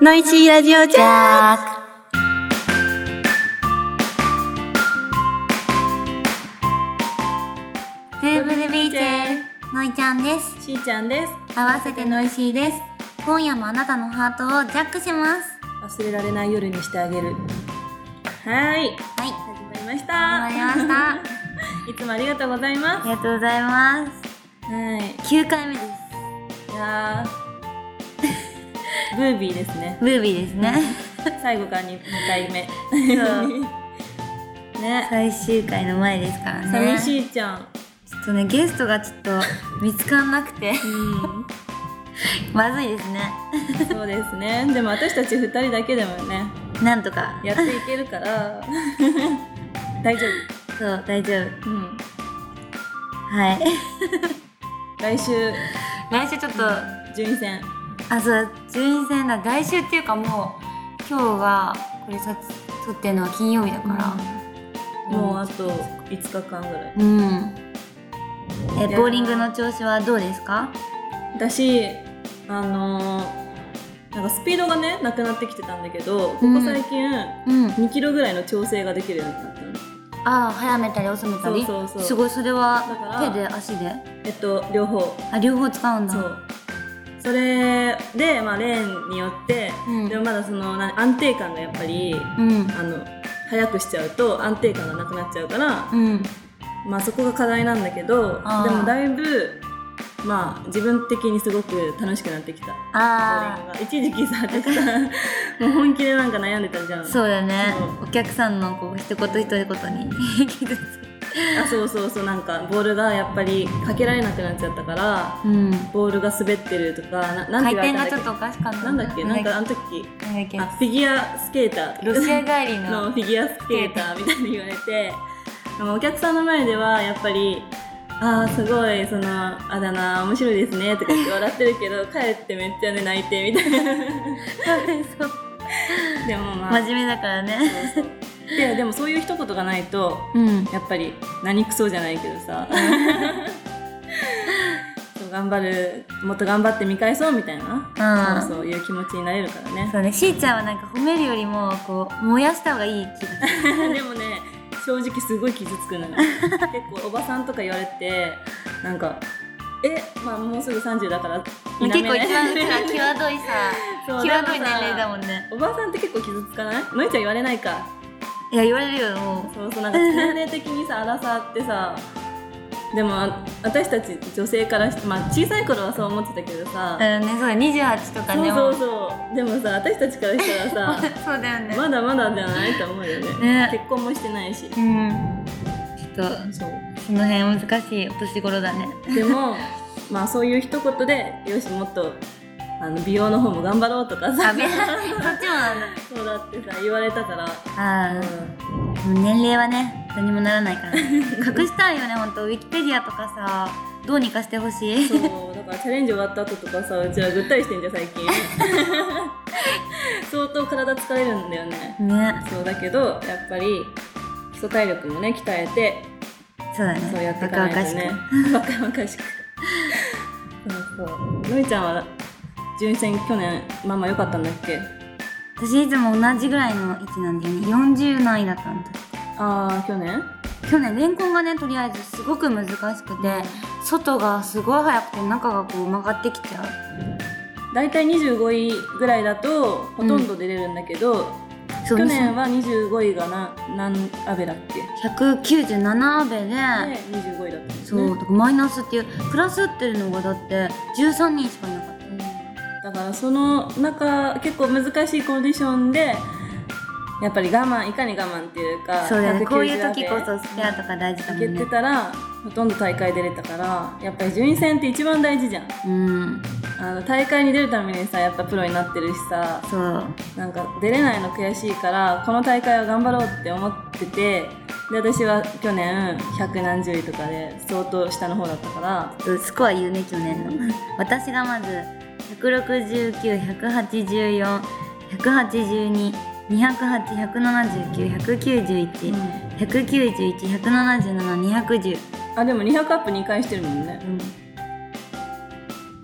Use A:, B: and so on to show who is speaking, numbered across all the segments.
A: ノイシーラジオジャーク。
B: ブーブルビーチェのいちゃんです
A: しーちゃんです。
B: 合わせてのいしーです今夜もあなたのハートをジャックします
A: 忘れられない夜にしてあげる。はい。
B: はい
A: 始まりました。
B: 始まりましたあ
A: いつもありがとうございます。
B: りがとうございます
A: はい。
B: 9回目です
A: いやー。 ブービーですね。
B: ブービーですね
A: 最後から2回目。 ね。
B: 最終回の前ですからね
A: 寂しいちゃん。
B: ちょっとねゲストがちょっと見つかんなくて
A: うん。
B: まずいですね
A: そうですね。でも私たち2人だけでもね、
B: なんとか
A: やっていける から。大丈
B: そう大丈
A: 夫。うん。
B: 夫はい
A: 来週、
B: 来週ちょっとあ
A: 順位戦。
B: そう順位戦だ来週っていうかもう今日はこれさ撮ってるのは金曜日だから、
A: もうあと5日間ぐらい。
B: うん。え、
A: いや
B: ボーリングの調子はどうですか？
A: 私あのーなんかスピードがねなくなってきてたんだけどここ
B: うん
A: 最近、
B: うん。
A: 2キロぐらいの調整ができるようになったの
B: ああ、早めたり遅めたり。
A: そうそうそう
B: すごいそ
A: だ
B: れ
A: から
B: は手で足で、
A: えっと両方
B: あ両方使うんだ。
A: そうそれで、まあ、レーンによって、
B: うん
A: でもまだそのな安定感がやっぱり
B: うん。
A: あの早くしちゃうと安定感がなくなっちゃうから、
B: うん。
A: まあ、そこが課題なんだけど
B: あー
A: でもだいぶまあ自分的にすごく楽しくなってきたボウリン
B: あ
A: グが一時期さ私さもう本気でなんか悩んでたじゃ
B: あ、
A: ん
B: そうだね
A: そ。
B: お客さんのこう一言一 言に気づく。
A: あそうそうそうなんかボールがやっぱりかけられなくなっちゃったから
B: うん。
A: ボールが滑ってるとかななん
B: 回
A: て
B: 転
A: 言わ
B: が
A: れ
B: ち
A: た
B: ょ
A: ん
B: っと
A: だっ
B: おかしかった
A: け
B: な。
A: なんだっけなんかあ
B: なんだ
A: の時
B: っけ
A: あフィギュアスケーター
B: ロシア帰 り
A: の
B: の。
A: フィギュアスケーターみたいに言われてでもお客さんの前ではやっぱり「あーすごいそのあだ名面白いですね」とか言って笑ってるけ ど帰ってめっちゃね泣いてみたいな
B: そう
A: でもまあ
B: 真面目だからね。
A: そうそうででもそういう一言がないと
B: うん。
A: やっぱり何クソじゃないけど さそう頑張るもっと頑張って見返そうみたいな、
B: うん
A: そうそういう気持ちになれるからね
B: そうね、しーちゃんはなんか褒めるよりもこう燃やした方がいい気がする。
A: でもね正直すごい傷つくのよ結構おばさんとか言われてなんか「えまあもうすぐ30だから」否めな
B: 結
A: い
B: 構一番うちら際どい さ
A: そう
B: 際どい年齢
A: で
B: だ
A: もさ
B: もんね
A: おばさんって結構傷つかないのいちゃん言われないか
B: いや言われるよも
A: そうそうなんか年齢的にさ荒さってさでもあ私たち女性からして、まあ、小さい頃はそう思ってたけどさ、
B: う、うんね、そうだ28とか
A: そう
B: ね
A: そう
B: も
A: そうでもさ私たちからしたらさ
B: そうだよね、
A: まだまだじゃないと思うよね
B: ね
A: 結婚もしてないし
B: うんちょっ
A: そう
B: とその辺難しいお年 頃だね
A: でもまあそういう一言でよしもっとあの美容の方も頑張ろうとか
B: あ
A: さ
B: べそっちもなんだ
A: そうだってさ言われたから、
B: あーでも年齢はね何もならないから 隠したいよねほんとウィキペディアとかさどうにかしてほしい
A: そうだからチャレンジ終わった後とかさうちはぐったりしてんじゃん最近相当体疲れるんだよね
B: ね
A: そうだけどやっぱり基礎体力もね鍛えて
B: そうだね
A: そうやっていかないとね
B: 若々し
A: 若
B: く。
A: 々しく。そうそう。のりちゃんは順位戦去年まあまあ良かったんだっけ？
B: 私いつも同じぐらいの位置なんだよね40何位だったんだ
A: ああ去年？
B: 去年レンコンがねとりあえずすごく難しくて外がすごい速くて中がこう曲がってきちゃう
A: だいたい25位ぐらいだとほとんど出れるんだけど、
B: そう
A: 去年は25位がな何アベだっけ？
B: 197アベで、
A: で25位だったんです
B: そ
A: ね。
B: うだからマイナスっていうプラスっていうのがだって13人しかいなかっ
A: うんだからその中結構難しいコンディションで。やっぱり我慢いかに我慢っていうか
B: たそうだよね
A: 190
B: こういう時こ
A: アベ
B: そスペアとか大事だ
A: 開
B: も
A: け
B: んね
A: てたらほとんど大会出れたからやっぱり順位戦って一番大事じゃん
B: うん
A: あの大会に出るためにさやっぱプロになってるしさ
B: そう
A: なんか出れないの悔しいからこの大会は頑張ろうって思っててで私は去年百何十位とかで相当下の方だったから
B: そうスコア言うね去年の 私がまず1691841821081791919191、1911177210、
A: あでも200アップ2回してるもんね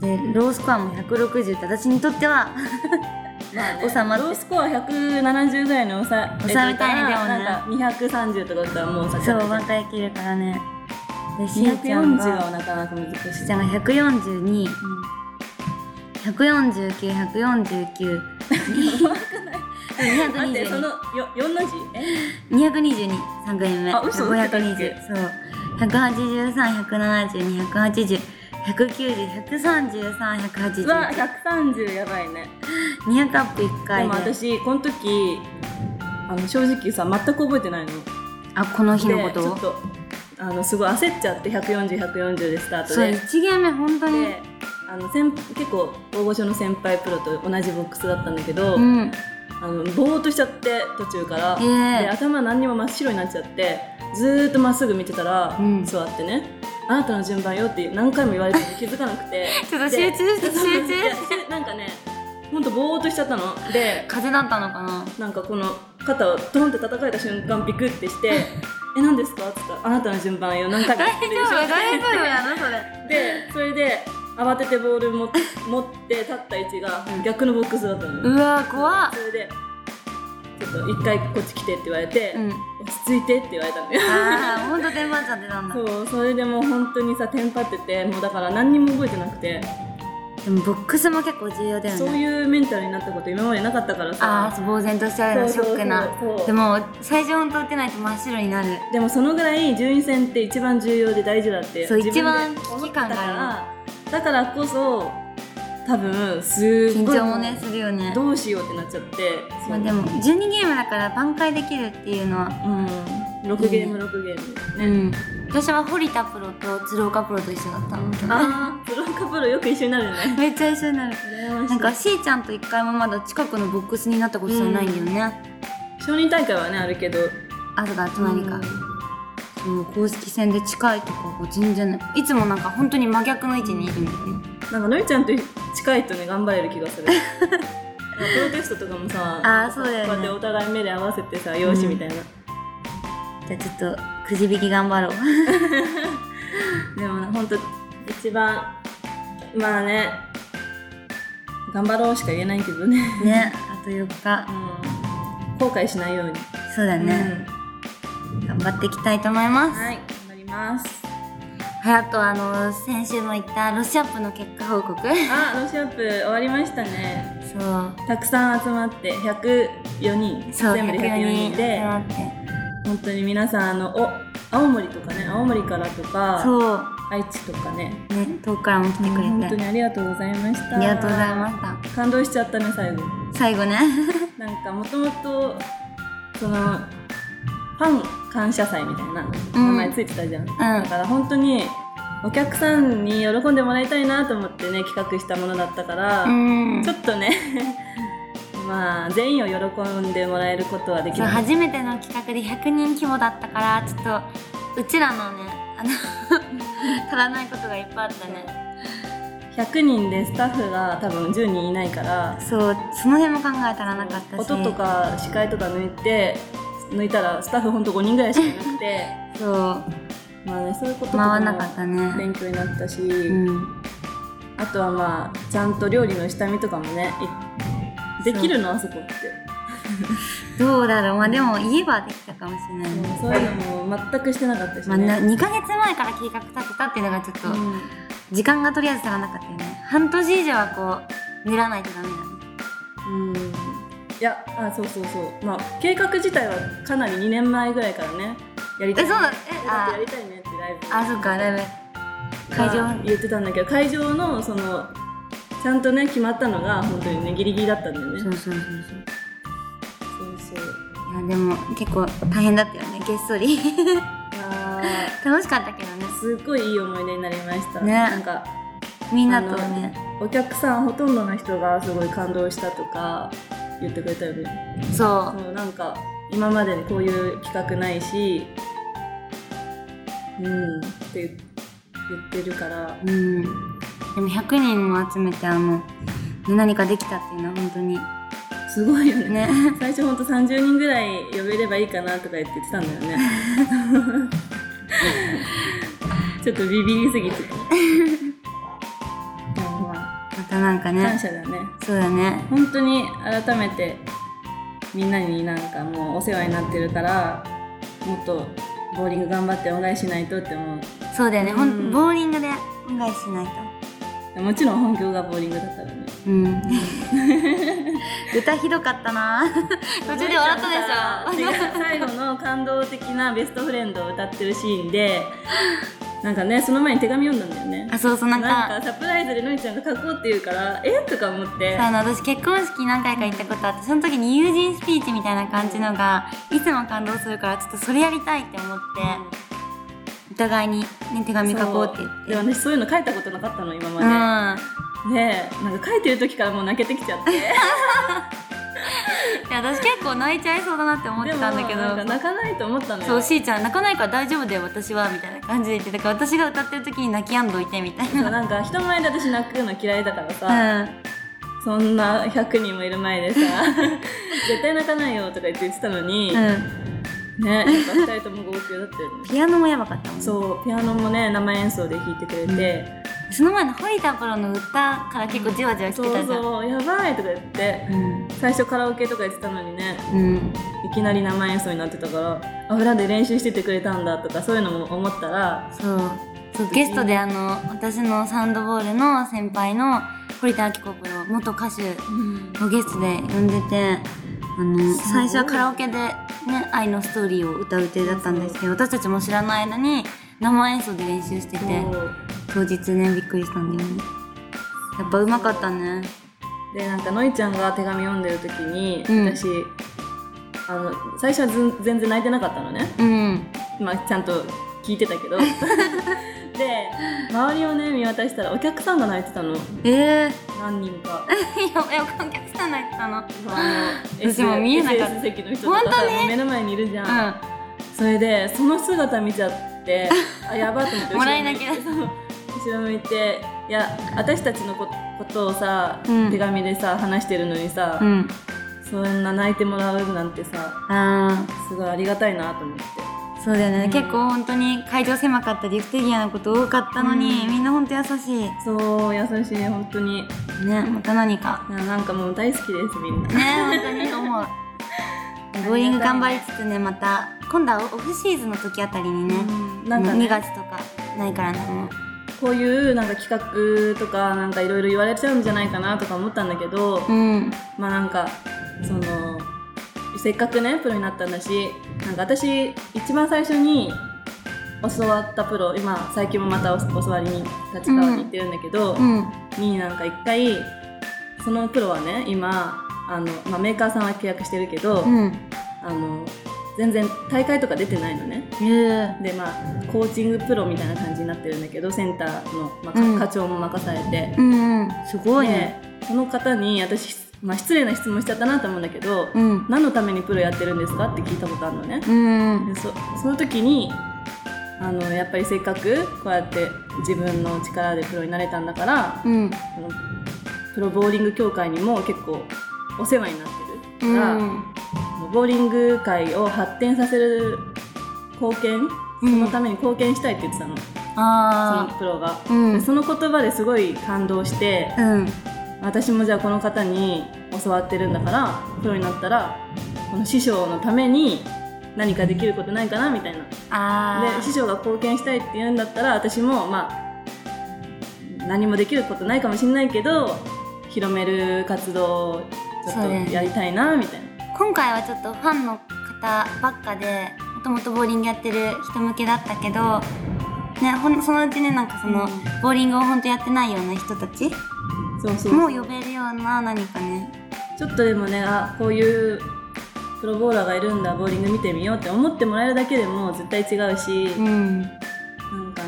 B: でロースコアも160って私にとっては
A: まあ
B: 収まって
A: ロースコア170ぐらいの収
B: 収めたいねでもね
A: なんか230とかだったらもうさ
B: そう挽回切るからねでしーちゃん
A: 240
B: が
A: はなかなか難しい
B: しーちゃんが142 149149 222
A: 待ってそのよ4の字え
B: 222、3組目。
A: あ嘘打ってたっけ
B: 520そう。183、172、180、190、133、
A: うわ
B: 180。
A: 130やばいね
B: 200アップ1
A: で
B: 回
A: も
B: で。
A: 私この時あの正直さ全く覚えてないの
B: あ、この日の
A: で
B: こ
A: ちょ
B: と
A: っとあのすごい焦っちゃって140140でスタート
B: そう、
A: で
B: 1ゲーム目本当に
A: で。あの先結構大御所の先輩プロと同じボックスだったんだけど、
B: うん。
A: あのぼーっとしちゃって途中から、
B: ええ
A: で頭何にも真っ白になっちゃってずーっとまっすぐ見てたら、
B: うん
A: 座ってね「あなたの順番よ」って何回も言われても気づかなくて
B: ちょっと
A: で
B: 集中し て
A: そうそう
B: 集中
A: いやしなんかねほんとぼーっとしちゃったので
B: 風邪だったのかな
A: なんかこの肩をドンって叩かれた瞬間ビクって して「え何ですか?」っつったら「あなたの順番よ何回も言
B: 大丈
A: ってるでしょ」
B: 夫、大丈夫やな、それ。
A: でそれで慌ててボールも持って立った位置が
B: うん
A: 逆のボックスだったのよ、
B: うわ、怖っ
A: そ。れでちょっと一回こっち来てって言われて、
B: うん。
A: 落ち着いてって言われたのよ
B: ああ、ほんと電話ちゃってたん だ。
A: そうそれでもう本当にさテンパっててもうだから何にも覚えてなくて、
B: でも、ボックスも結構重要だよ
A: そう
B: ね。
A: いうメンタルになったこと今までなかったから
B: ああ、
A: さ
B: そう呆然としちゃうよね、ショックな。
A: そうそう
B: でも、最初ほんと打てないと真っ白になる。
A: でもそのぐらい順位戦って一番重要で大事だって
B: そう
A: 自分で
B: 一番
A: 思
B: 危機
A: った
B: 感
A: か
B: が
A: らだからこそ多分すっ
B: 緊
A: ごい
B: 張もねするよね
A: どうしようってなっちゃって
B: まあでも12ゲームだから挽回できるっていうのは
A: うん6ゲーム6ゲーム
B: う
A: ね、
B: ん私は堀田プロと鶴岡プロと一緒だったんだけど
A: ああプロカプロよく一緒になるよね
B: めっちゃ一緒になる
A: な
B: なんかしーちゃんと一回もまだ近くのボックスになったことじゃないんだよね、
A: 承認大会はねあるけど
B: あとが隣か、
A: う
B: そう公式戦で近いとこが全然ないいつもなんか本当に真逆の位置にいるんだよね
A: んなんかのりちゃんと近いとね頑張れる気が するプロテストとかもさ
B: あーそうだよね
A: こうやってお互い目で合わせてさ容姿みたいな、
B: じゃあちょっとくじ引き頑張ろう
A: でもね、ほんと、一番、まあね、頑張ろうしか言えないけどね。
B: ねあと4日
A: うん後悔しないように。
B: そうだね、頑張っていきたいと思います
A: うんはい、頑張ります。
B: はい、あとあの先週も言ったロシアップの結果報告
A: あ、ロシアップ終わりましたね。
B: そう
A: たくさん集まって、104人。
B: そう
A: 全部で104人で、
B: 104人集まって
A: 本当に皆さん、あの、お、青森とかね、青森からとか、
B: そ
A: 愛知とかね、
B: うね遠くからも来てくれて、
A: 本当にありがとうございました。
B: ありがとうございました
A: す。感動しちゃったね、最後。
B: 最後ね
A: なんかもともとそのファン感謝祭みたいな名
B: ん
A: 前ついてたじゃん、だから本当にお客さんに喜んでもらいたいなと思ってね企画したものだったから、
B: うん
A: ちょっとね まあ全員を喜んでもらえることはでき
B: そう
A: ない
B: 初めての企画で100人規模だったからちょっとうちらのねあの 足らないことがいっぱいあったね
A: 100人でスタッフが多分10人いないから
B: そうその辺も考えたらなかったし
A: 音とか司会とか抜いて抜いたらスタッフほんと5人ぐらいしかいなく て
B: そう
A: まあねそういうことと
B: 回
A: から
B: な
A: も
B: かったね
A: 勉強になったし、
B: うん
A: あとはまあちゃんと料理の下見とかもねいできるのあそこって
B: どうだろうまあでも家はできたかもしれないね
A: もうそういうのも全くしてなかったし
B: まあ、
A: ね、
B: な2ヶ月前から計画立てたっていうのがちょっと
A: うん
B: 時間がとりあえず足らなかったよね半年以上はこう練らないとダメだね
A: うんいやあそうそうそうまあ計画自体はかなり2年前ぐらいからねやりた
B: え
A: い
B: そう
A: だ
B: だえ
A: ってや
B: あ
A: りたいねってライブ
B: あそっかライブ会場
A: まあ言ってたんだけど会場のそのちゃんとね決まったのが本当にねギリギリだったんだよね
B: そうそうそうそう
A: そうそう
B: いやでも結構大変だったよねげっそり
A: あ
B: 楽しかったけどね
A: ーすっごいいい思い出になりました
B: ね
A: なんか
B: みんなとね
A: お客さんほとんどの人がすごい感動したとか言ってくれたよね
B: そ
A: そうなんか今までにこういう企画ないしうんって言言ってるから
B: ううんでも100人も集めてあの何かできたっていうのは本当に
A: すごいよね
B: ね
A: 最初ほんと30人ぐらい呼べればいいかなとか言って言ってたんだよねちょっとビビりすぎてでもまあ
B: なんたなんか
A: 感
B: ね
A: 謝だね
B: そうだね
A: 本当に改めてみんなになんかもうお世話になってるからもっとボーリング頑張ってお願いしないとって思う
B: そうだよね、ほ
A: うん
B: んボーリングでお願いしない
A: もちろん本業がボーリングだったらね
B: とうん 歌ひどかったな途中で笑ったでしょ
A: 違う最後の感動的な「ベストフレンド」を歌ってるシーンでなんかねその前に手紙読んだんだよね
B: あそうそうなんか
A: なんかサプライズでのりちゃんが書こうって言うからえとか思って
B: そうあの私結婚式何回か行ったことあってその時に友人スピーチみたいな感じのがいつも感動するからちょっとそれやりたいって思ってお互いに、ね、手紙書こうって言って
A: でも私そういうの書いたことなかったの今
B: うん、
A: ま
B: や
A: で、でなんか書いてる時からもう泣けてきちゃって
B: 私結構泣いちゃいそうだなって思ってたんだけ
A: でもなんか
B: ど
A: 泣かないと思ったのよ
B: そうしーちゃん泣かないから大丈夫だよ私はみたいな感じで言ってたから私が歌ってる時に泣き止んどいてみたい
A: そうなんか人前で私泣くの嫌いだからさ、
B: な、うん、
A: そんな100人もいる前でさ 絶対泣かないよとか言って言ってたのに、
B: うん、
A: ねなんか2人とも号泣だったよね
B: ピアノもやばかったもん う
A: そうピアノもね生演奏で弾いてくれて、
B: その前の堀田プロの歌から結構じわじわ来て
A: そう
B: たじゃん
A: そうやばいとか言って最初カラオケとか言ってたのにね
B: うん、うん、
A: いきなり生演奏になってたからあ裏で練習しててくれたんだとかそういうのも思ったら
B: そうそうゲストであの私のサンドボールの先輩の堀田明子プロ元歌手をゲストで呼んでてあの
A: すごい
B: 最初はカラオケで、ね「愛のストーリー」を歌う予定だったんですけど私たちも知らない間に生演奏で練習してて
A: そう
B: 当日ねびっくりしたんだよねやっぱうまかったね
A: でなんかのいちゃんが手紙読んでる時に、
B: うん
A: 私あの最初はずん全然泣いてなかったのね
B: うん
A: まあ、ちゃんと聞いて たけどで周りをね見渡したらお客さんが泣いてたの
B: えー、
A: 何人か
B: いやえお客さん泣いてたの
A: あの
B: 私も見えなかった
A: SS 席の人とか
B: 本
A: さ
B: 当に
A: 目の前にいるじゃん、
B: う
A: それでその姿見ちゃってあやばと思って
B: もらい泣きだ
A: 後ろ向いて そう後ろ向いていや私たちのこことをさ、
B: うん
A: 手紙でさ話してるのにさ、
B: んうん
A: そんな泣いてもらうなんてさ
B: ああ
A: すごいありがたいなと思って
B: そうだよね、
A: うん
B: 結構本当に会場狭かったり不手際なこと多かったのに、
A: うん
B: みんな本当優しい
A: そう優しい本当に
B: ねまた何か
A: ななんかもう大好きですみんな
B: ね本当に思うボーリング頑張りつつねまた今度はオフシーズンの時あたりにね,、
A: なんか、
B: 2
A: ね、
B: 月とかないからねもう
A: こういうなんか企画とかなんかいろいろ言われちゃうんじゃないかなとか思ったんだけど、
B: うん
A: まあなんかそのせっかくねプロになったんだしなんか私一番最初に教わったプロ今最近もまたお教わりに立川に行ってるんだけど、
B: うん
A: になんか一回そのプロはね今あの、まあ、メーカーさんは契約してるけど、
B: うん
A: あの全然大会とか出てないのね。
B: え
A: でまあコーチングプロみたいな感じになってるんだけどセンターの、まあか
B: うん
A: 課長も任されて、
B: うんうんすごいね
A: でその方に私、まあ、失礼な質問しちゃったなと思うんだけど、
B: うん
A: 何のためにプロやってるんですかって聞いたことあるのね、
B: うん
A: でそその時にあのやっぱりせっかくこうやって自分の力でプロになれたんだから、
B: うん
A: そのプロボーリング協会にも結構お世話になってるから、ボーリング界を発展させる貢献そ
B: うん
A: のために貢献したいって言ってたの、そ
B: あ
A: のプロが、
B: あうん
A: でその言葉ですごい感動して、
B: うん
A: 私もじゃあこの方に教わってるんだからプロになったらこの師匠のために何かできることないかなみたいな
B: あ
A: で師匠が貢献したいって言うんだったら私もまあ何もできることないかもしれないけど広める活動をちょ
B: そうだ
A: っ
B: よ
A: と
B: ね
A: やりたいなみたいな。
B: あ今回はちょっとファンの方ばっかでもともとボーリングやってる人向けだったけどね、ほんそのうちねなんかその、
A: うん
B: ボーリングを本当やってないような人たち
A: そうそうそう
B: もう呼べるような何かね
A: ちょっとでもねあこういうプロボウラーがいるんだボーリング見てみようって思ってもらえるだけでも絶対違うし、
B: ん
A: なんか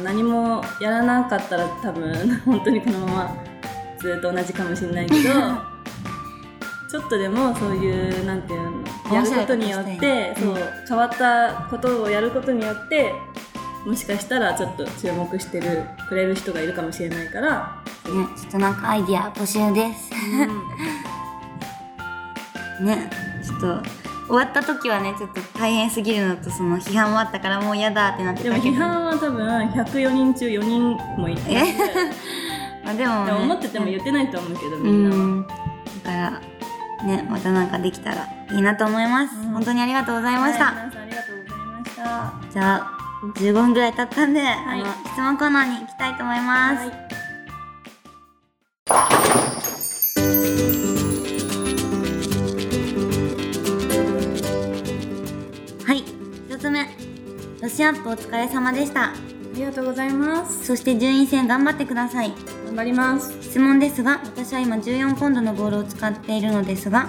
A: 何もやらなかったら多分本当にこのままずっと同じかもしれないけ どちょっとでもそういうなんていうのや
B: 面
A: る
B: 白
A: こ
B: いこと
A: とによっ
B: したい
A: て
B: ね、
A: そう
B: うん
A: 変わったことをやることによってもしかしたらちょっと注目してるくれる人がいるかもしれないから、
B: ねちょっとなんかアイディア募集ですねちょっと終わった時はねちょっと大変すぎるのとその批判もあったからもう嫌だってなって
A: でも
B: たけ
A: 批
B: ど
A: 判は多分104人中4人もいて、
B: えあでも、
A: で
B: ね、
A: も思ってても言ってないと思うけど
B: う
A: みんなは
B: んだからねまたなんかできたらいいなと思います、
A: うん
B: 本当にありがとうございました、
A: はい皆さんありがとうございました
B: じゃあ15分ぐらい経ったんで、
A: い
B: あの質問コーナーに行きたいと思います、
A: はい
B: はい、一つ目。ロシアップお疲れ様でした。
A: ありがとうございます
B: そして順位戦頑張ってください。
A: 頑張ります
B: 質問ですが、私は今14ポンドのボールを使っているのですが、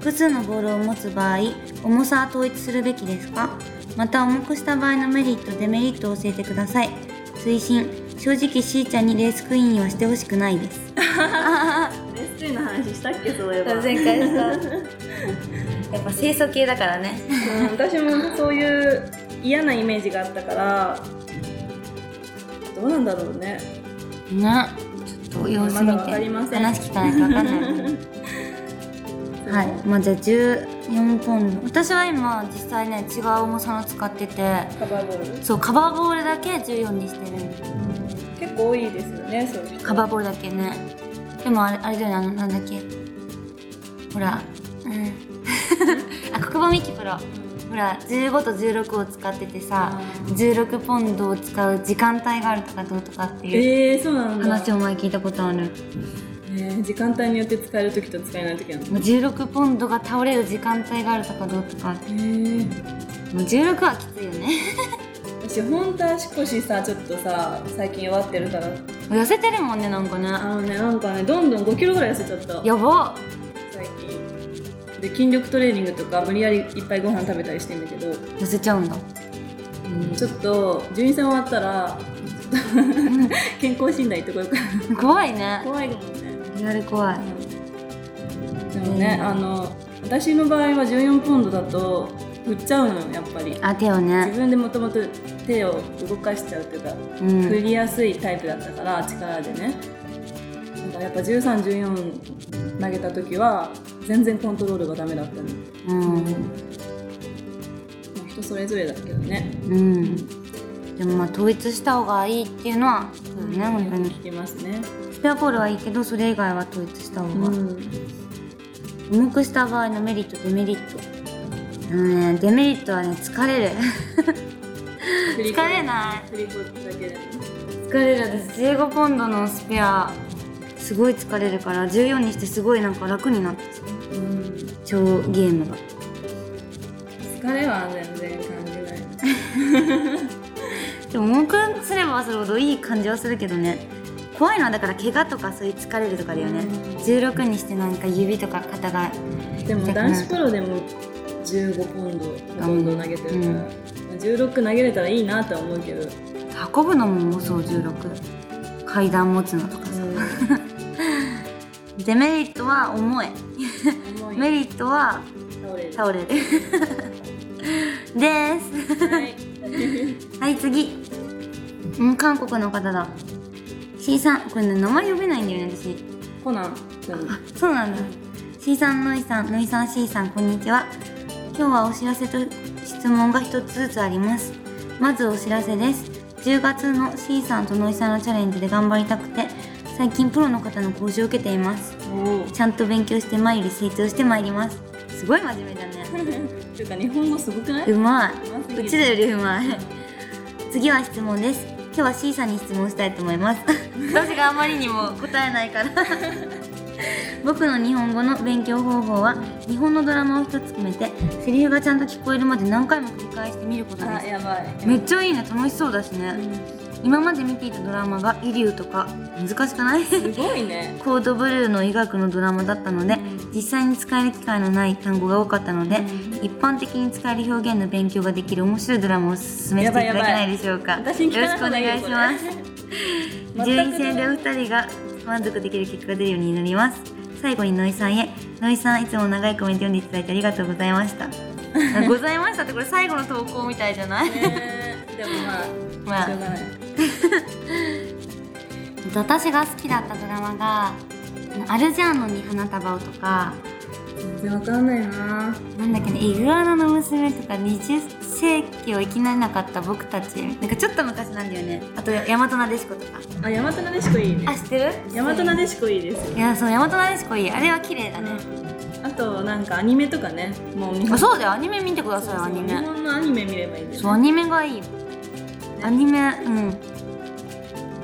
B: 複数のボールを持つ場合、重さは統一するべきですかまた重くした場合のメリット、デメリットを教えてください。推進、正直しーちゃんにレースクイーンはしてほしくないです。
A: レスキューの話したっけそういえば
B: 回 した。やっぱ清楚系だからね。
A: うん私もそういう嫌なイメージがあったからどうなんだろうね
B: ね、ちょっと様
A: ま
B: 子見て。
A: だわかりません
B: 話聞かないとわかんない。 はい、まあ、じゃあ14ポンド私は今実際ね違う重さの使ってて
A: カバーボール
B: そうカバーボールだけ14にしてる
A: 結構多いですよねそういう人
B: カバーボールだけねでもあれあれだよねあのなんだっけほらうん あ国母ミキプロほら15と16を使っててさ16ポンドを使う時間帯があるとかどうとかっていう
A: えー、そうなんだ
B: 話を前聞いたことある
A: えー時間帯によって使える時と使えない時なの
B: もう16ポンドが倒れる時間帯があるとかどうとか
A: えー、
B: もう16はきついよね
A: 私本当足腰さちょっとさ最近弱ってるから
B: 痩せてるもんねなんかね
A: あのねなんかねどんどん5キロぐらい痩せちゃった
B: やばっ
A: 最近で筋力トレーニングとか無理やりいっぱいご飯食べたりしてんだけど、
B: 痩せちゃうんだ、
A: ちょっと順位戦終わったら健康診断行ってこようかな
B: 怖いね
A: 怖いもんね
B: リアル怖い
A: でもね、
B: うん
A: あの私の場合は14ポンドだと振っちゃうのよやっぱり
B: あ手を
A: 自
B: ね
A: 分でもともと手を動かしちゃうっていうか
B: うん
A: 振りやすいタイプだったから力でねだからやっぱ1314投げた時は全然コントロールがダメだったの
B: うん
A: まあ人それぞれだけどね
B: うんでもまあ統一した方がいいっていうのはそうね本当に
A: 聞きますね、
B: スペアボールはいいけどそれ以外は統一した方が、
A: ん、
B: 重くした場合のメリットデメリットうんデメリットはね疲れる
A: 疲
B: 疲れない
A: 振り子だけでも
B: 疲れる私15ポンドのスペアすごい疲れるから14にしてすごいなんか楽になってきた超ゲームが
A: 疲れは全然感じない
B: でも重くすればするほどいい感じはするけどね怖いのはだから怪我とかそういう疲れるとかだよね16にしてなんか指とか肩が
A: でも男子プロでも15ポンドほとんど投げてるから、
B: うん
A: 16投げれたらいいなとは思うけど、
B: 運ぶのも重そう16階段持つのとかさデメリットは重い
A: 重い
B: メリットは
A: 倒れる
B: 倒れる で
A: はい
B: すはい次うん韓国の方だ C さんこれね名前呼べないんだよね私
A: コナン君
B: あそうなんだ C さんのいさんのいさん C さんこんにちは今日はお知らせと質問が一つずつありますまずお知らせです10月の C さんとのいさんのチャレンジで頑張りたくて最近プロの方の講習を受けています
A: おお
B: ちゃんと勉強して前より成長してまいりますすごい真面目だね
A: ていうか日本語すごくないう
B: ま
A: ま
B: い
A: すぎる
B: うちらよりうまい次は質問です今日は C さんに質問したいと思います 私があまりにも答えないから 僕の日本語の勉強方法は日本のドラマを一つ決めてセリフがちゃんと聞こえるまで何回も繰り返してみること
A: あ
B: で
A: やば
B: す
A: い
B: めっちゃいいね楽しそうだし
A: う
B: ね、
A: ん
B: 今まで見ていたドラマが「イリュー」とか難しくない
A: すごいね
B: コードブルーの医学のドラマだったので、
A: うん
B: 実際に使える機会のない単語が多かったので、
A: うん
B: 一般的に使える表現の勉強ができる面白いドラマをお勧めしていただけないでしょうかよろ
A: 私に
B: しく
A: 聞かな
B: お
A: くない
B: 願いします
A: これ
B: 順位戦でお二人が満足できる結果が出るように祈ります最後にノイさんへノイさんいつも長いコメント読んでいただいてありがとうございましたあ ございましたってこれ最後の投稿みたいじゃない
A: ねでもまあ
B: まあ
A: しょうがない
B: 私が好きだったドラマが「アルジャーノンに花束を」とか
A: 全然わかんないな
B: なんだっけね、イグアナの娘とか20世紀を生きなれなかった僕たちなんかちょっと昔なんだよねあと大和なでしことか
A: あ、大和なでしこいいね
B: あ。知ってる
A: 大和なでしこいいですよ。
B: いやそう大和なでしこいいあれは綺麗だね、
A: あと、なんかアニメとかね。もう日
B: あ
A: 本
B: そうだよアニメ見てくださいアニ
A: 日
B: メ
A: 本のアニメ見ればいいんだよ
B: そうアニメがいいアニメうん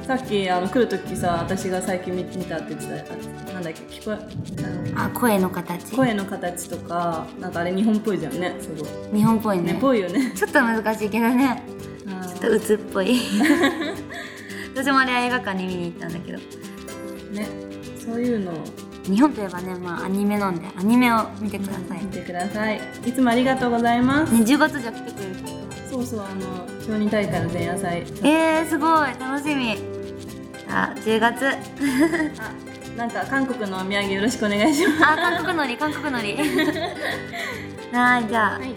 A: さっきあの来る時さ私が最近見見たって言ってたなんだっけ聞こえあの
B: あ声の形
A: 声の形とかなんかあれ日本っぽいじゃんねすごい
B: 日本っぽい
A: ね
B: ね
A: ぽいよね
B: ちょっと難しいけどね
A: あ
B: ちょっと鬱っぽい 私もあれは映画館に見に行ったんだけど
A: ーねそういうのを
B: 日本といえばねまあアニメなんでアニメを見てください、
A: 見てくださいいつもありがとうございます
B: ね、10月じゃ来てくれる
A: そうそうあの小児大会の前夜祭
B: えー、すごい楽しみあ10 月あ
A: あなんか韓国のお土産よろしくお願いしま
B: 韓国のり韓国のりはいじゃあ、
A: すはい、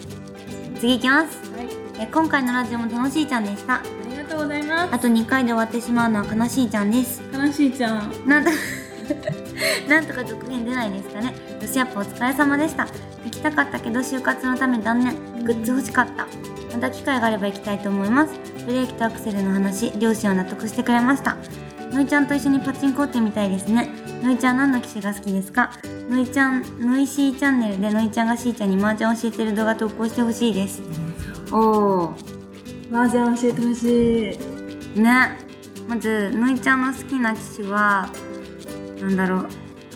B: 次いきます
A: はい、
B: え今回のラジオも楽しいちゃんでした
A: ありがとうございま
B: あと2回で終わってしまうのは悲しいちゃんです
A: す悲しいちゃん
B: なんと なんとか続編出ないですかねロシアップお疲れ様でした行きたかったけど就活のため断念グッズ欲しかったまた機会があれば行きたいと思いますブレーキとアクセルの話両親は納得してくれましたのいちゃんと一緒にパチンコ打ってみたいですねのいちゃん何の騎士が好きですかのいちゃんのいしーチャンネルでのいちゃんがしーちゃんに麻雀を教えてる動画投稿してほしいですおお
A: 麻雀教えてほしい
B: ねまずのいちゃんの好きな騎士はなんだろう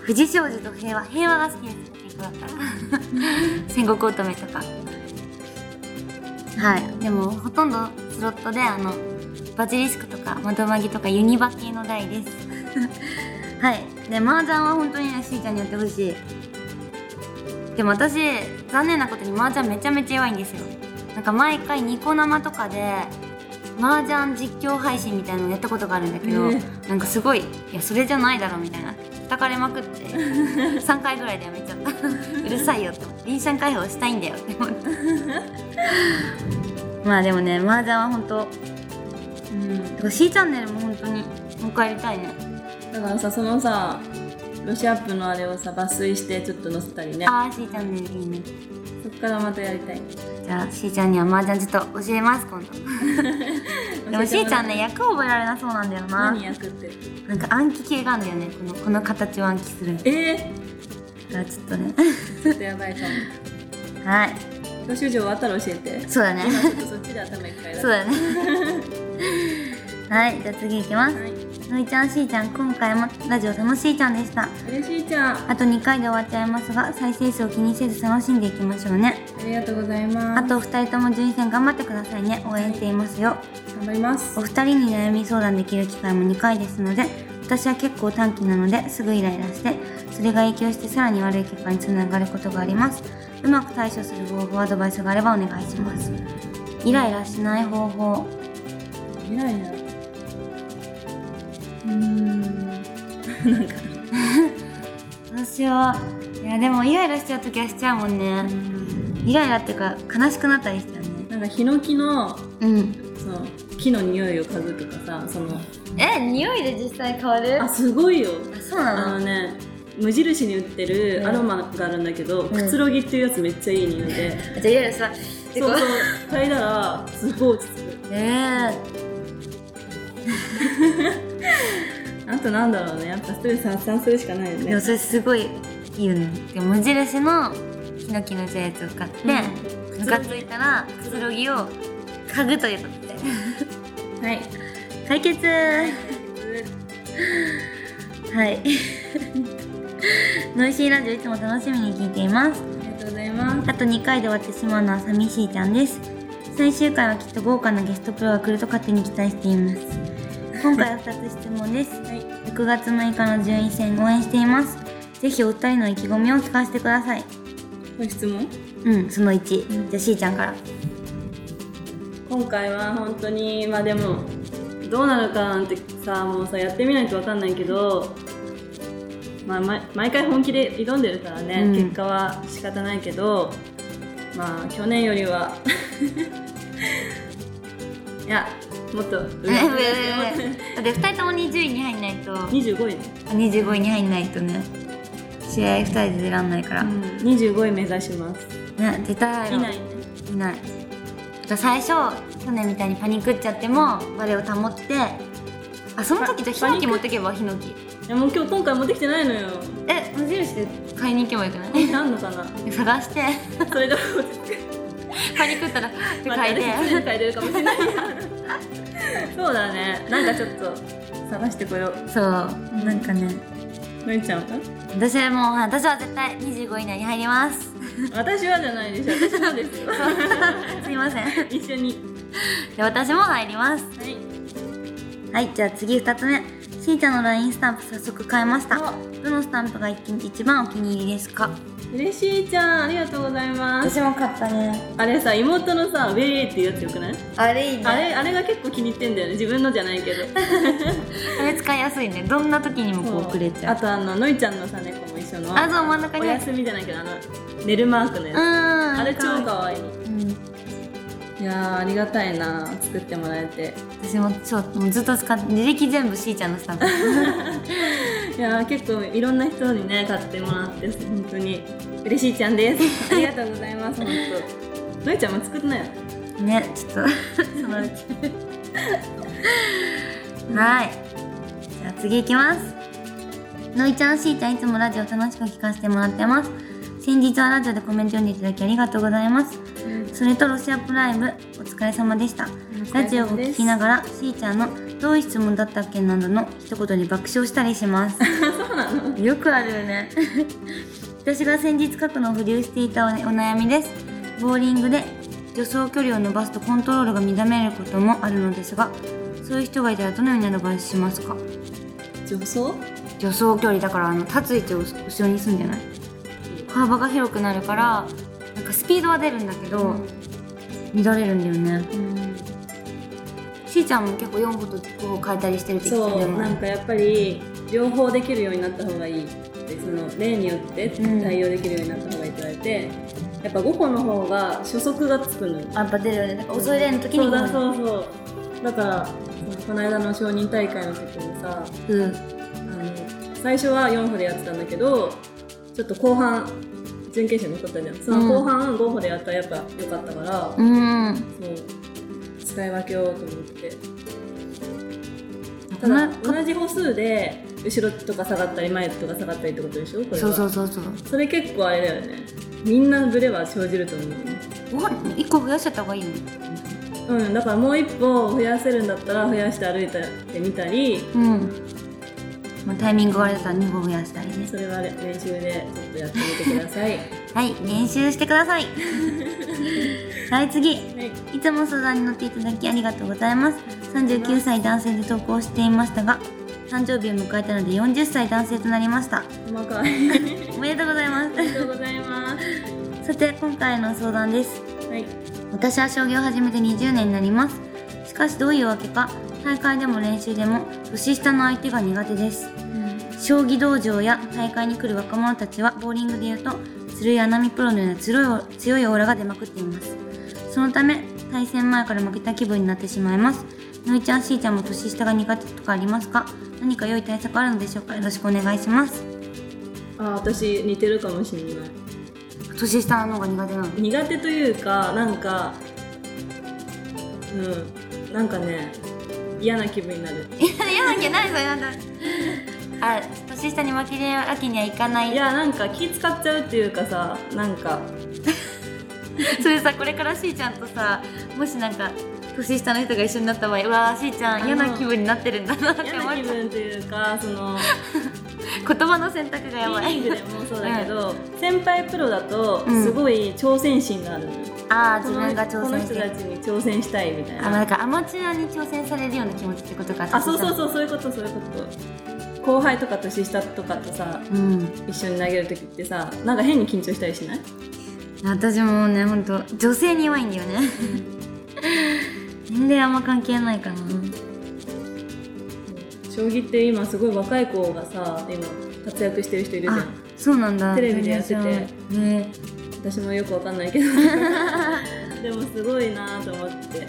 B: 藤少女と平和平和が好きです結構だったら戦国乙女とかはいでもほとんどスロットであのバジリスクとか窓マギとかユニバ系の台ですはいで麻雀は本当にねしーちゃんにやってほしいでも私残念なことに麻雀めちゃめちゃ弱いんですよなんか毎回ニコ生とかで麻雀実況配信みたいなのやったことがあるんだけど、
A: え
B: なんかすごいいやそれじゃないだろみたいな叩かれまくって 3回ぐらいでやめちゃった うるさいよって思って臨戦解放したいんだよ って思ってまあでもね麻雀は本当うんとか C チャンネルも本当にもう一回やりたいね
A: だからさそのさロシアップのあれをさ抜粋してちょっと載せたりね
B: ああ C チャンネルいいね
A: そっからまたやりたい
B: じゃあ C ちゃんには麻雀ちょっと教えます今度でも C ちゃんね役覚えられなそうなんだよな
A: 何役って
B: なんか暗記系があるんだよねこのこの形を暗記するだか
A: ええ
B: らちょっとね
A: ちょっとやばいかも
B: はい
A: 教習所終わったら教えて
B: そうだね
A: 今ちょっとそっちで頭一回だ
B: そうだねはいじゃあ次いきます
A: はい
B: のいちゃんしーちゃん今回もラジオ楽しいちゃんでした
A: 嬉しいちゃんあ
B: あと2回で終わっちゃいますが再生数を気にせず楽しんでいきましょうね
A: りがとうございます
B: あとお二人とも順位戦頑張ってくださいね応援していますよ
A: 頑張ります
B: お二人に悩み相談できる機会も2回ですので私は結構短期なのですぐイライラしてそれが影響してさらに悪い結果につながることがありますうまく対処する方法アドバイスがあればお願いしますイライラしない方法
A: イライラうーん
B: 私はいやでもイライラしちゃう時はしちゃうもんねイライラっていうか悲しくなったりしちゃうね
A: なんかヒノキの
B: うん
A: その木の匂いを嗅ぐとかさその
B: え匂いで実際変わる
A: あすごいよ
B: そう
A: あ
B: な
A: の
B: の
A: ね無印に売ってるアロマがあるんだけど、くつろぎっていうやつめっちゃいい匂いで、
B: じゃあイライラさ
A: そうそう嗅いだらすごい落ち着く
B: ええ
A: あとなんだろうねやっぱストレス発散するしかないよ
B: でも
A: ね
B: それすごいいいよねでも無印のヒノキのジャイアンツを買って、ムカついたらくつろぎを嗅ぐということ で
A: はい
B: 解決はい。 ノイシーラジオいつも楽しみに聞いています。
A: ありがとうございます
B: あと2回で終わってしまうのは寂しいちゃんです。最終回はきっと豪華なゲストプロが来ると勝手に期待しています。今回は2つ質問です。
A: はい
B: 6月6日の順位戦応援しています。ぜひお二人の意気込みを聞かせてください。
A: ご質問
B: うん、その1。じゃあしーちゃんから。
A: 今回は本当にまあでもどうなるかなんてさもうさやってみないとわかんないけどまあ毎毎回本気で挑んでるからね、
B: うん
A: 結果は仕方ないけどまあ去年よりは いやもっと
B: え
A: 上
B: で2人とも20位に入んないと
A: 25位ね、
B: 25位に入んないとね試合2人で出らんないから、
A: 25位目指します
B: ね絶対入
A: い
B: ろう
A: ないね
B: いないじゃあ最初去年みたいにパニックっちゃっても我を保ってあその時じゃあヒ
A: パ
B: ノキ持ってけばヒノキ
A: いやもう今日今回持ってきてない のよ
B: え無印で買いに行けばよくな
A: あんのかな
B: い探して
A: それでも
B: パニックったらって
A: ま
B: 書
A: た
B: いて
A: 私すぐ買えれるかもしれないそうだねなんかちょっと探してこよう
B: そうなんかね
A: のりちゃんは
B: 私はもう私は絶対25位以内に入ります
A: 私はじゃないでしょ私もですよ
B: すいません
A: 一緒に
B: で私も入ります
A: はい
B: はいじゃあ次2つ目しーちゃんの LINE スタンプ早速買いましたどのスタンプが一番お気に入りですか
A: 嬉しいちゃんありがとうございます
B: も買ったね
A: あれさ妹のさウェイっていうやつよくない
B: あれいい
A: あれあれが結構気に入ってんだよね自分のじゃないけど
B: あれ使いやすいねどんな時にもこうくれちゃ
A: あ
B: う
A: とあののいちゃんのさ猫も一緒の
B: あそう真ん中
A: お
B: にある
A: 休みじゃないけどあの寝るマークのや
B: う
A: つ、
B: んあ
A: あれ超
B: わ
A: かわいい
B: いいうん
A: いやーありがたいな作ってもらえて
B: 私もそうもうずっと使って履歴全部しーちゃんのスタンプ
A: いやー結構いろんな人にね買ってもらって本当に嬉しいちゃんですありがとうござい ます本当のいちゃんも作ってないよ
B: ねちょっと そのうちはいじゃあ次いきますのいちゃんしーちゃんいつもラジオ楽しく聞かせてもらってます先日はラジオでコメント読んでいただきありがとうございますそれとロシアプライムお疲れ様でしたラジオを聞きながらしーちゃんの「どういう質問だったっけ?」などの一言に爆笑したりし ますよくあるよね 私が先日書くのを保留していたおお悩みですボーリングで助走距離を伸ばすとコントロールが乱れることもあるのですがそういう人がいたらどのようにアドバイスしますか
A: 女装
B: 助走距離だからあの立つ位置を後ろにすんじゃない幅が広くなるからなんかスピードは出るんだけど、乱れるんだよねしーちゃんも結構4歩と5歩変えたりしてるって言ってた
A: そ
B: よ
A: うなん
B: ね
A: かやっぱり両方できるようになった方がいいってその例によって対応できるようになった方がいいって言われて、やっぱ5個の方が初速がつくのよ
B: あやっぱ出るよねなんか遅いレーンの時に
A: そう
B: こ
A: だそうそうだからそのこの間の承認大会の時にさ
B: ううん
A: あの最初は4歩でやってたんだけどちょっと後半準決勝に残ったじゃんその後半5歩でやったらやっぱ良かったから、
B: うん
A: そう使い分けようと思ってた
B: この
A: だ同じ歩数で後ろとか下がったり前とか下がったりってことでしょこれは
B: そうそうそうそう
A: それ結構あれだよねみんなブレは生じると思うよね
B: ご飯1個増やしちゃった方がいいよね
A: うんだからもう一歩増やせるんだったら増やして歩いてみたり
B: うんまあタイミングがあれだったら2歩増やしたりね
A: それは練習でちょっとやってみてください は
B: はい練習してく ださいはい次
A: い
B: いつも相談に乗っていただきありがとうございます。39歳男性で投稿していましたが、誕生日を迎えたので40歳男性となりました。
A: 細かいあり
B: おめでとうござい
A: が
B: ま
A: とうございます
B: す。さて、今回の相談です。
A: はい
B: 私は将棋を始めて20年になりますしかしどういうわけか大会でも練習でも年下の相手が苦手です将棋道場や大会に来る若者たちはボーリングでいうと鶴井穴見プロのような強い強いオーラが出まくっていますそのため対戦前から負けた気分になってしまいますのいちゃんしーちゃんも年下が苦手とかありますか何か良い対策あるのでしょうかよろしくお願いします
A: あ私似てるかもしれない
B: 年下の方が苦手なの
A: 苦手というかなんかうんなんかね嫌な気分になる
B: いや嫌なきゃないそれなんだあ年下に負けるわけにはいかない
A: いやなんか気使っちゃうっていうかさなんか
B: それさこれからしーちゃんとさもしなんか年下の人が一緒になった場合うわーしーちゃん嫌な気分になってるんだなって思っ
A: 嫌な気
B: ちゃう
A: 分というかその
B: 言葉の選択がやば
A: B リ
B: い
A: ーグでもそうだけど、先輩プロだと
B: うん
A: すごい挑戦心があるのよ、
B: ああ
A: こ
B: 自
A: の
B: 分が挑戦して
A: この人たちに挑戦したいみたい
B: あな
A: なん
B: かアマチュアに挑戦されるような気持ちってことか
A: あそうそう
B: う
A: そうそういうことそういうこと後輩とか年下とかとさ
B: うん
A: 一緒に投げるときってさなんか変に緊張したりしない
B: 私もねほんと女性に弱いんだよね 年齢あんま関係ないかな
A: 将棋って今すごい若い子がさ今活躍してる人いるじゃ
B: あ
A: ん
B: そうなんだ
A: テレビでやってて
B: ね
A: 私もよくわかんないけ どでもすごいなと思って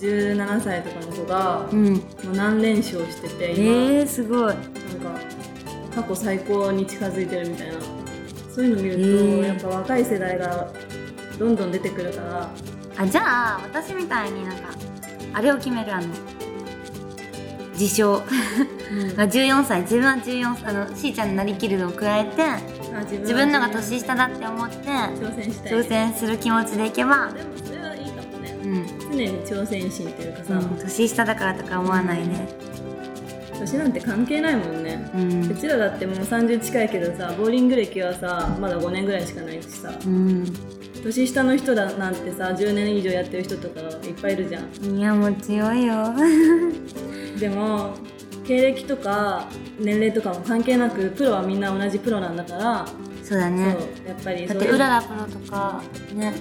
A: 17歳とかの子が
B: うん
A: もう何連勝してて今、
B: えー、すごい
A: なんか過去最高に近づいてるみたいなそういうの見ると、
B: えー
A: やっぱ若い世代がどんどん出てくるから
B: あじゃあ私みたいになんかあれを決めるあの自 称
A: うん
B: まあ14歳自分は14歳あのしーちゃんになりきるのを加えて
A: あ自
B: 自分のが年下だって思って
A: 挑戦したい
B: 挑戦する気持ちでいけば、
A: でもそれはいいかもね
B: うん
A: 常に挑戦心っていうか
B: う
A: さ、
B: ん、年下だからとか思わないね
A: 年なんて関係ないもんね
B: うん
A: うちらだってもう30近いけどさボーリング歴はさまだ5年ぐらいしかないしさ
B: うん
A: 年下の人だなんてさ10年以上やってる人とかいっぱいいるじゃん
B: いやもう強いよ
A: でも経歴とか年齢とかも関係なくプロはみんな同じプロなんだから、
B: そうだね
A: そうやっぱりそ
B: だ
A: う
B: って
A: いう
B: うららプロとかね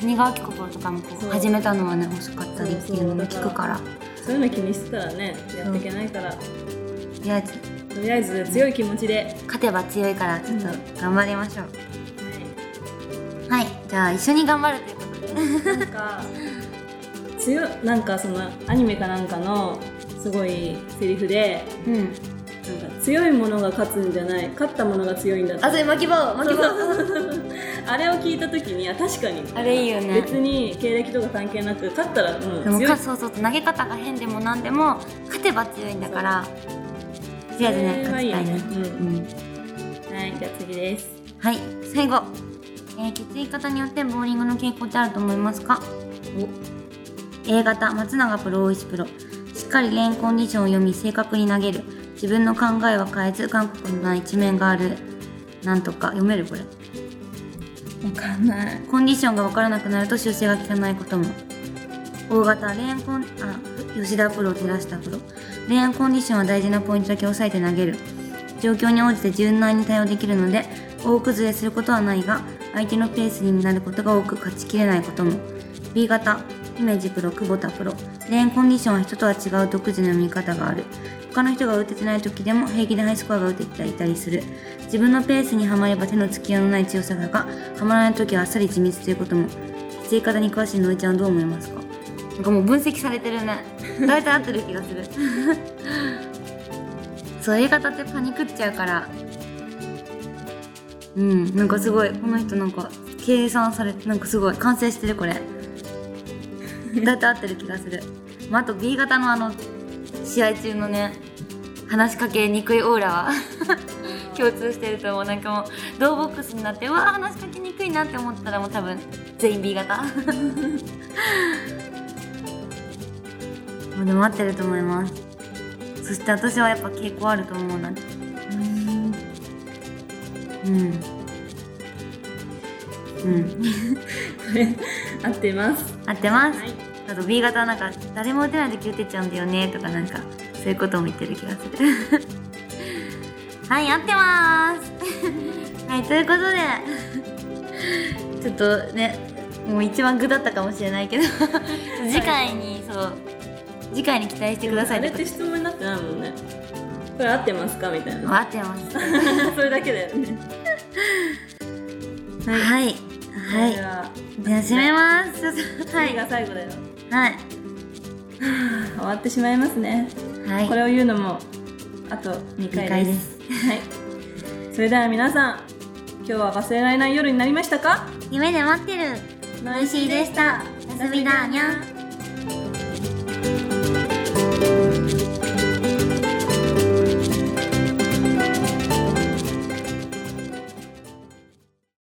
B: 谷川紀子プロとかもこう
A: そう
B: 始めたのはね遅かったりっていうのも聞くから
A: そういうの気にしてたらねやっていけないから、
B: いやち
A: とりあえず強い気持ちで、
B: 勝てば強いからちょっと頑張りましょう、
A: は
B: はいじゃあ一緒に頑張るということで
A: い、なんか強いなんかそのアニメかなんかのすごいセリフで
B: うん
A: なんか強いものが勝つんじゃない勝ったものが強いんだって
B: あそれ巻き棒巻き棒
A: あれを聞いた時にあ確かに
B: あれいいよね
A: 別に経歴とか関係なく勝ったらもう
B: でも
A: 強い
B: かそうそう投げ方が変でも何でも勝てば強いんだからとりあえずね
A: それは
B: 勝
A: いい
B: ち
A: よ
B: たい
A: ね
B: ね
A: うん
B: うん
A: はいじゃあ次です
B: はい最後、えー、血液型によってボーリングの傾向ってあると思いますかお A 型松永プロ大石プロしっかりレーンコンディションを読み正確に投げる自分の考えは変えず韓国のない一面があるなんとか読めるこれ
A: わかんない
B: コンディションが分からなくなると修正が効かないことも大型レーンコンあ吉田プロ照らしたプロレーンコンディションは大事なポイントだけ押さえて投げる状況に応じて柔軟に対応できるので大崩れすることはないが相手のペースになることが多く勝ちきれないことも B 型姫路プロ久保田プロレーンコンディションは人とは違う独自の見方がある他の人が打ててない時でも平気でハイスコアが打てていたりする自分のペースにはまれば手のつきようのない強さだがはまらない時はあっさり自滅ということも血液型に詳しいのいちゃんはどう思いますかなんかもう分析されてるね大体合ってる気がする そう A 型ってパニクっちゃうからうんなんかすごいこの人なんか計算されてなんかすごい完成してるこれだって合ってる気がする、まあ、あと B 型のあの試合中のね話しかけにくいオーラは 共通してると思うなんかもう同ボックスになってうわー話しかけにくいなって思ったらもう多分全員 B 型まあでも合ってると思いますそして私はやっぱ傾向あると思うなうんうん
A: 合ってます
B: 合ってます、
A: はい
B: あと B 型はなんか誰も打てない時打てちゃうんだよねとかなんかそういうことも言ってる気がするはい合ってまーすはいということでちょっとねもう一番具だったかもしれないけど次回にそう次回に期待してください
A: あれ
B: と
A: って質問になってないもんねこれ合ってますかみたいな
B: 合ってます
A: それだけだよね
B: はいはい
A: じゃあ
B: じゃあ締めますちょっとは
A: 次
B: いは
A: が最後だよ
B: い
A: 終わってしまいますね
B: はい
A: これを言うのもあと2
B: 2
A: 回
B: 回
A: で
B: ですす
A: はいそれでは皆さん今日は忘れられない夜になりましたか
B: 夢で待ってる
A: ノ
B: 美味しいでしたおやすみだにゃん